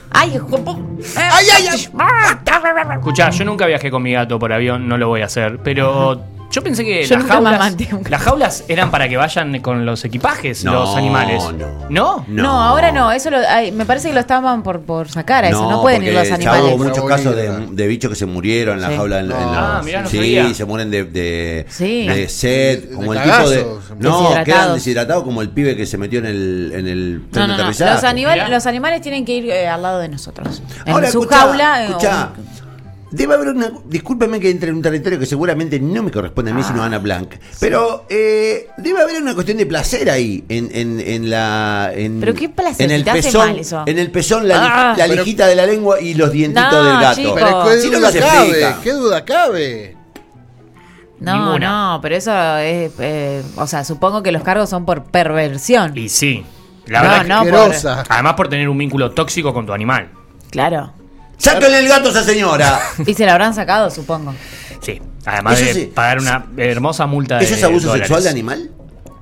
[SPEAKER 2] Ay, Juan-
[SPEAKER 4] ¡Ay, ay, ay!
[SPEAKER 1] Escuchá, yo nunca viajé con mi gato por avión, no lo voy a hacer, pero yo pensé que
[SPEAKER 2] Yo
[SPEAKER 1] las,
[SPEAKER 2] nunca
[SPEAKER 1] jaulas,
[SPEAKER 2] mamanté un gato.
[SPEAKER 1] las jaulas eran para que vayan con los equipajes,
[SPEAKER 3] No,
[SPEAKER 1] los animales.
[SPEAKER 3] no.
[SPEAKER 1] ¿No?
[SPEAKER 2] No, ahora no, eso lo, ay, me parece que lo estaban por, por sacar a eso, no, pueden ir
[SPEAKER 3] porque
[SPEAKER 2] los
[SPEAKER 3] ya
[SPEAKER 2] animales.
[SPEAKER 3] Hubo muchos
[SPEAKER 4] Está
[SPEAKER 3] casos de,
[SPEAKER 4] bonito.
[SPEAKER 3] de bichos que se murieron en la
[SPEAKER 2] Sí.
[SPEAKER 3] jaula. En, la- en la-
[SPEAKER 1] Ah, mirá, no
[SPEAKER 3] sí,
[SPEAKER 1] sabía.
[SPEAKER 3] se mueren de, de,
[SPEAKER 2] Sí.
[SPEAKER 3] de sed,
[SPEAKER 4] De
[SPEAKER 3] como el tipo
[SPEAKER 4] cagazo,
[SPEAKER 3] de.
[SPEAKER 4] se mueren.
[SPEAKER 3] No, quedan
[SPEAKER 2] Deshidratados.
[SPEAKER 3] deshidratados como el pibe que se metió en el, en el tren
[SPEAKER 2] No,
[SPEAKER 3] de
[SPEAKER 2] no, no. Los,
[SPEAKER 3] aterrizaje.
[SPEAKER 2] animal-
[SPEAKER 1] Mirá.
[SPEAKER 2] los animales tienen que ir eh, al lado de nosotros. En
[SPEAKER 3] Ahora,
[SPEAKER 2] su
[SPEAKER 3] escuchá,
[SPEAKER 2] jaula. eh,
[SPEAKER 3] escuchá.
[SPEAKER 2] o-
[SPEAKER 3] Debe haber una. Discúlpeme que entre en un territorio que seguramente no me corresponde a
[SPEAKER 2] Ah.
[SPEAKER 3] mí, sino a Ana Blanc. Pero eh, debe haber una cuestión de placer ahí. En, en, en la. En,
[SPEAKER 2] Pero qué placer,
[SPEAKER 3] En el
[SPEAKER 2] si te hace
[SPEAKER 3] pezón.
[SPEAKER 2] mal eso.
[SPEAKER 3] En el pezón, la, li-
[SPEAKER 2] Ah.
[SPEAKER 3] la
[SPEAKER 4] Pero-
[SPEAKER 3] lijita de la lengua y los dientitos
[SPEAKER 2] No,
[SPEAKER 3] del gato.
[SPEAKER 2] chicos.
[SPEAKER 4] Pero qué
[SPEAKER 3] Si no,
[SPEAKER 4] duda
[SPEAKER 3] no se
[SPEAKER 4] cabe,
[SPEAKER 3] explica.
[SPEAKER 4] qué duda cabe.
[SPEAKER 2] No,
[SPEAKER 1] Ninguna.
[SPEAKER 2] no, pero eso es. eh, o sea, supongo que los cargos son por perversión.
[SPEAKER 1] Y sí. La
[SPEAKER 2] No,
[SPEAKER 1] verdad
[SPEAKER 2] no.
[SPEAKER 1] que-
[SPEAKER 4] Asquerosa.
[SPEAKER 1] Además por tener un vínculo tóxico con tu animal. [LAUGHS]
[SPEAKER 2] Claro.
[SPEAKER 3] ¡Sáquenle el gato a esa señora!
[SPEAKER 2] Y se lo habrán sacado, supongo.
[SPEAKER 1] Sí. Además
[SPEAKER 3] Eso
[SPEAKER 1] de
[SPEAKER 3] sí.
[SPEAKER 1] pagar una hermosa multa de
[SPEAKER 3] ¿Eso es abuso
[SPEAKER 1] dólares.
[SPEAKER 3] sexual de animal?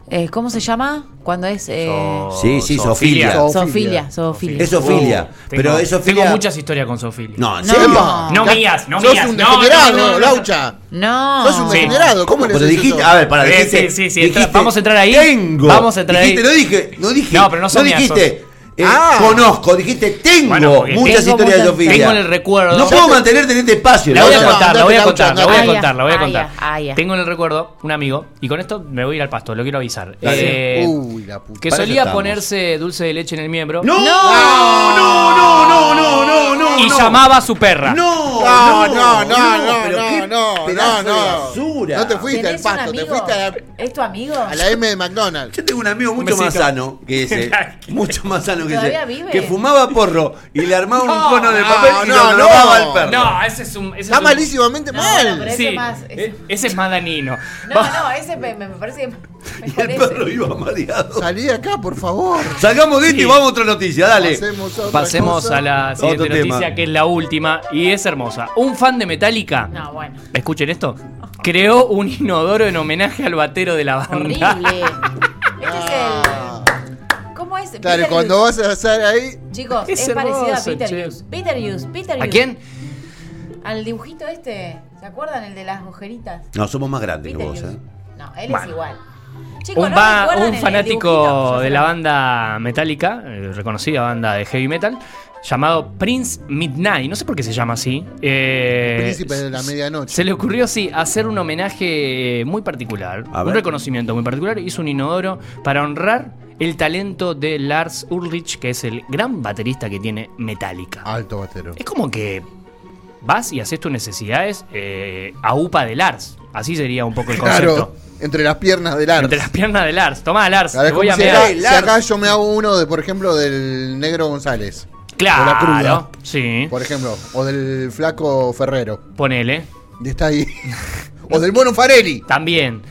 [SPEAKER 2] Eh, ¿Cómo se llama? Cuando es. eh,
[SPEAKER 1] So-
[SPEAKER 3] Sí, sí, zoofilia.
[SPEAKER 1] zoofilia.
[SPEAKER 2] zoofilia. Zoofilia.
[SPEAKER 3] Es zoofilia.
[SPEAKER 1] Uh,
[SPEAKER 3] pero
[SPEAKER 1] tengo-
[SPEAKER 3] es zoofilia.
[SPEAKER 1] Tengo muchas historias con zoofilia.
[SPEAKER 3] No, ¿en
[SPEAKER 2] No.
[SPEAKER 3] serio?
[SPEAKER 4] Epa,
[SPEAKER 1] No
[SPEAKER 4] ca-
[SPEAKER 1] mías, no
[SPEAKER 4] sos
[SPEAKER 1] mías,
[SPEAKER 4] un
[SPEAKER 1] no, no,
[SPEAKER 4] degenerado,
[SPEAKER 1] no, no,
[SPEAKER 4] Laucha.
[SPEAKER 2] No.
[SPEAKER 4] Sos un
[SPEAKER 1] Sí.
[SPEAKER 4] degenerado. ¿Cómo
[SPEAKER 3] ¿Cómo?
[SPEAKER 4] le
[SPEAKER 3] Pero
[SPEAKER 4] decís
[SPEAKER 3] dijiste.
[SPEAKER 4] eso?
[SPEAKER 3] A ver, para
[SPEAKER 1] Sí, sí, sí, sí, entra- vamos a entrar ahí.
[SPEAKER 3] Tengo.
[SPEAKER 1] Vamos a entrar ahí.
[SPEAKER 3] dijiste, No dije. No dije.
[SPEAKER 1] No, pero no son mías,
[SPEAKER 3] dijiste. eh,
[SPEAKER 4] Ah.
[SPEAKER 3] Conozco, dijiste tengo
[SPEAKER 1] Bueno, porque
[SPEAKER 3] muchas
[SPEAKER 2] tengo
[SPEAKER 3] historias de
[SPEAKER 2] muchas-
[SPEAKER 3] zoofilia.
[SPEAKER 1] tengo el recuerdo.
[SPEAKER 3] No
[SPEAKER 1] Ya
[SPEAKER 3] puedo
[SPEAKER 1] te-
[SPEAKER 3] mantenerte en este espacio.
[SPEAKER 1] La voy a
[SPEAKER 3] Laucha.
[SPEAKER 1] contar, la voy a
[SPEAKER 4] andate,
[SPEAKER 1] contar, la voy a
[SPEAKER 2] andate.
[SPEAKER 1] contar, la voy a
[SPEAKER 2] Ah, ya,
[SPEAKER 1] contar.
[SPEAKER 2] ah, ya.
[SPEAKER 1] Tengo en el recuerdo un amigo, y con esto me voy a ir al pasto, lo quiero avisar.
[SPEAKER 3] Dale.
[SPEAKER 1] Eh,
[SPEAKER 4] Uy, la puta.
[SPEAKER 1] que
[SPEAKER 3] uh, para eso
[SPEAKER 1] solía
[SPEAKER 3] estamos.
[SPEAKER 1] ponerse dulce de leche en el miembro.
[SPEAKER 3] No, no, no, no, no, no, no.
[SPEAKER 1] Y
[SPEAKER 3] no.
[SPEAKER 1] llamaba a su perra.
[SPEAKER 3] No,
[SPEAKER 4] No, no, no, no,
[SPEAKER 3] pero
[SPEAKER 4] no,
[SPEAKER 3] qué
[SPEAKER 4] no,
[SPEAKER 3] pedazo de
[SPEAKER 4] no, no.
[SPEAKER 3] basura.
[SPEAKER 4] No te fui. fuiste al
[SPEAKER 2] ¿Tenés un
[SPEAKER 4] pasto, te
[SPEAKER 2] amigo?
[SPEAKER 4] fuiste a la-
[SPEAKER 2] ¿Es tu amigo?
[SPEAKER 4] A la M de McDonald's.
[SPEAKER 3] Yo tengo un amigo mucho
[SPEAKER 1] besito.
[SPEAKER 3] más sano que ese. mucho más sano que ese.
[SPEAKER 2] ¿Todavía vive?
[SPEAKER 3] Que fumaba porro y le armaba
[SPEAKER 1] No,
[SPEAKER 3] un cono de
[SPEAKER 4] no,
[SPEAKER 3] papel y lo
[SPEAKER 4] no,
[SPEAKER 3] robaba al
[SPEAKER 4] no.
[SPEAKER 3] perro.
[SPEAKER 1] No, ese es un. Ese es
[SPEAKER 4] Está
[SPEAKER 1] un-
[SPEAKER 4] malísimamente
[SPEAKER 2] No, no, pero
[SPEAKER 4] mal.
[SPEAKER 2] ese
[SPEAKER 1] Sí,
[SPEAKER 2] más- ese-
[SPEAKER 1] eh, ese es más danino.
[SPEAKER 2] No, no, ese me, me parece.
[SPEAKER 3] Y el perro iba mareado.
[SPEAKER 4] Salí de acá, por favor.
[SPEAKER 3] Salgamos de esto y
[SPEAKER 1] Sí.
[SPEAKER 3] vamos a otra noticia, dale.
[SPEAKER 4] Pasemos a otra
[SPEAKER 1] Pasemos
[SPEAKER 4] cosa.
[SPEAKER 1] a la siguiente
[SPEAKER 3] Otro tema.
[SPEAKER 1] noticia, que es la última, y es hermosa. Un fan de Metallica.
[SPEAKER 2] No,
[SPEAKER 4] [LAUGHS]
[SPEAKER 2] bueno.
[SPEAKER 1] Escuchen esto. Creó un inodoro en homenaje al batero de la banda.
[SPEAKER 2] Horrible. este es
[SPEAKER 4] Ah.
[SPEAKER 2] el. ¿Cómo es?
[SPEAKER 4] Claro,
[SPEAKER 2] Peter
[SPEAKER 4] cuando
[SPEAKER 2] Hughes.
[SPEAKER 4] vas a hacer ahí.
[SPEAKER 2] Chicos,
[SPEAKER 1] Es
[SPEAKER 2] es, parecido a
[SPEAKER 1] hermoso,
[SPEAKER 2] Peter
[SPEAKER 1] che.
[SPEAKER 2] Hughes. Peter Hughes, Peter
[SPEAKER 1] ¿A
[SPEAKER 2] Hughes.
[SPEAKER 1] quién?
[SPEAKER 2] Al dibujito este. ¿Se acuerdan? El de las agujeritas.
[SPEAKER 3] No, somos más grandes que
[SPEAKER 2] Peter
[SPEAKER 3] vos,
[SPEAKER 2] Hughes.
[SPEAKER 3] ¿eh?
[SPEAKER 2] No, él
[SPEAKER 1] Bueno.
[SPEAKER 2] es igual. Chicos,
[SPEAKER 1] Un,
[SPEAKER 2] ¿no
[SPEAKER 1] va-
[SPEAKER 2] recuerdan el-
[SPEAKER 1] un
[SPEAKER 2] el
[SPEAKER 1] fanático
[SPEAKER 2] dibujito?
[SPEAKER 1] de la banda Metallica, eh, reconocida banda de heavy metal, llamado Prince Midnight. No sé por qué se llama así. Eh,
[SPEAKER 4] Príncipe de la medianoche.
[SPEAKER 1] Se le ocurrió, sí, hacer un homenaje eh, muy particular,
[SPEAKER 3] A
[SPEAKER 1] un
[SPEAKER 3] ver.
[SPEAKER 1] reconocimiento muy particular. Hizo un inodoro para honrar el talento de Lars Ulrich, que es el gran baterista que tiene Metallica.
[SPEAKER 4] Alto batero.
[SPEAKER 1] Es como que vas y haces tus necesidades eh, a UPA de Lars. Así sería un poco el concepto.
[SPEAKER 4] Claro, entre las piernas del arte.
[SPEAKER 1] Entre las piernas de Lars. Tomá, Lars,
[SPEAKER 4] Claro,
[SPEAKER 1] te
[SPEAKER 4] es como
[SPEAKER 1] voy a
[SPEAKER 4] si,
[SPEAKER 1] mear.
[SPEAKER 4] acá, si acá yo me hago uno de, por ejemplo, del negro González. de la
[SPEAKER 1] Claro,
[SPEAKER 4] cruda.
[SPEAKER 1] sí.
[SPEAKER 4] Por ejemplo. O del flaco Ferrero.
[SPEAKER 1] Ponele.
[SPEAKER 4] Y está ahí. [LAUGHS] o del mono Farelli.
[SPEAKER 1] También.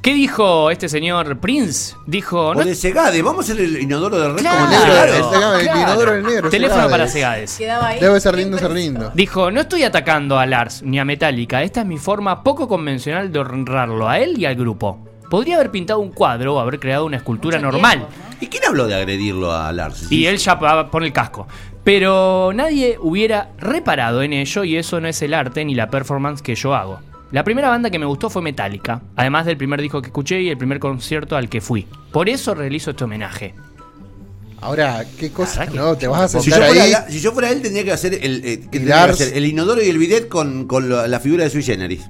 [SPEAKER 1] ¿Qué dijo este señor Prince? Dijo...
[SPEAKER 3] O
[SPEAKER 1] no-
[SPEAKER 3] de Segade, vamos a hacer el inodoro de red
[SPEAKER 2] Claro.
[SPEAKER 3] como
[SPEAKER 4] Negro,
[SPEAKER 3] negro.
[SPEAKER 1] Claro.
[SPEAKER 4] el negro, el
[SPEAKER 2] Claro.
[SPEAKER 4] inodoro del negro.
[SPEAKER 1] teléfono
[SPEAKER 4] Segades.
[SPEAKER 1] para Segades.
[SPEAKER 2] Quedaba ahí.
[SPEAKER 4] Debe ser lindo
[SPEAKER 2] Siempre
[SPEAKER 4] ser lindo.
[SPEAKER 1] Dijo, no estoy atacando a Lars ni a Metallica, esta es mi forma poco convencional de honrarlo a él y al grupo. Podría haber pintado un cuadro o haber creado una escultura
[SPEAKER 2] Mucho
[SPEAKER 1] normal.
[SPEAKER 2] tiempo, ¿no?
[SPEAKER 3] ¿Y quién habló de agredirlo a Lars?
[SPEAKER 1] Y él ya pa- pone el casco. Pero nadie hubiera reparado en ello y eso no es el arte ni la performance que yo hago. La primera banda que me gustó fue Metallica, además del primer disco que escuché y el primer concierto al que fui. Por eso realizo este homenaje.
[SPEAKER 4] Ahora, qué cosa,
[SPEAKER 1] verdad que-
[SPEAKER 4] ¿no? Te vas a
[SPEAKER 3] Si yo,
[SPEAKER 4] sentar
[SPEAKER 3] fuera,
[SPEAKER 4] ahí.
[SPEAKER 3] la- si yo fuera él, tendría que hacer el, eh, que
[SPEAKER 4] Y
[SPEAKER 3] tendría que
[SPEAKER 4] Lars-
[SPEAKER 3] hacer el inodoro y el bidet con, con la, la figura de sui generis.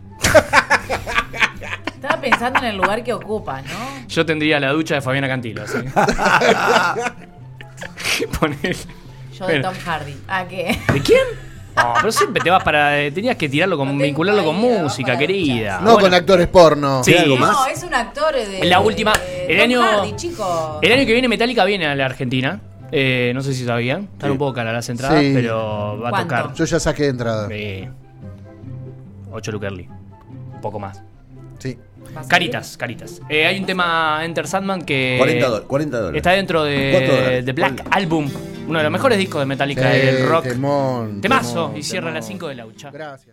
[SPEAKER 2] Estaba pensando en el lugar que ocupa, ¿no?
[SPEAKER 1] Yo tendría la ducha de Fabiana Cantilo. ¿sí? Ponele.
[SPEAKER 2] Yo de
[SPEAKER 1] Bueno.
[SPEAKER 2] Tom Hardy. Ah, ¿A qué?
[SPEAKER 1] ¿De quién? No, pero siempre te vas para. eh, Tenías que tirarlo con.
[SPEAKER 2] No tengo
[SPEAKER 1] vincularlo con
[SPEAKER 2] idea,
[SPEAKER 1] música,
[SPEAKER 2] para
[SPEAKER 1] querida.
[SPEAKER 2] escuchar.
[SPEAKER 4] No
[SPEAKER 1] Ah, Bueno,
[SPEAKER 4] con actores porno.
[SPEAKER 1] Sí.
[SPEAKER 3] ¿Algo más?
[SPEAKER 2] No, es un actor de.
[SPEAKER 1] La última. El
[SPEAKER 2] Tom
[SPEAKER 1] año.
[SPEAKER 2] Hardy, chicos.
[SPEAKER 1] El año que viene Metallica viene a la Argentina. Eh, no sé si sabían. Están
[SPEAKER 3] Sí.
[SPEAKER 1] un poco caras las entradas,
[SPEAKER 4] Sí.
[SPEAKER 1] pero va a
[SPEAKER 2] ¿Cuánto?
[SPEAKER 1] tocar. eh,
[SPEAKER 4] Yo ya saqué de entrada.
[SPEAKER 1] 8 Lukerli. Un poco más.
[SPEAKER 4] Sí.
[SPEAKER 2] ¿Va a salir?
[SPEAKER 1] Caritas, caritas. Eh, hay un tema Enter Sandman que.
[SPEAKER 3] 40 dólares, 40 dólares.
[SPEAKER 1] Eh, Está dentro
[SPEAKER 3] ¿Cuánto
[SPEAKER 1] de,
[SPEAKER 3] dólares?
[SPEAKER 1] de Black
[SPEAKER 3] ¿Cuánto?
[SPEAKER 1] Album. Uno de los mejores discos de Metallica del rock.
[SPEAKER 4] Temón,
[SPEAKER 1] Temazo.
[SPEAKER 4] temón,
[SPEAKER 1] y cierra a las
[SPEAKER 4] temón.
[SPEAKER 1] 5 de la ucha.
[SPEAKER 4] Gracias.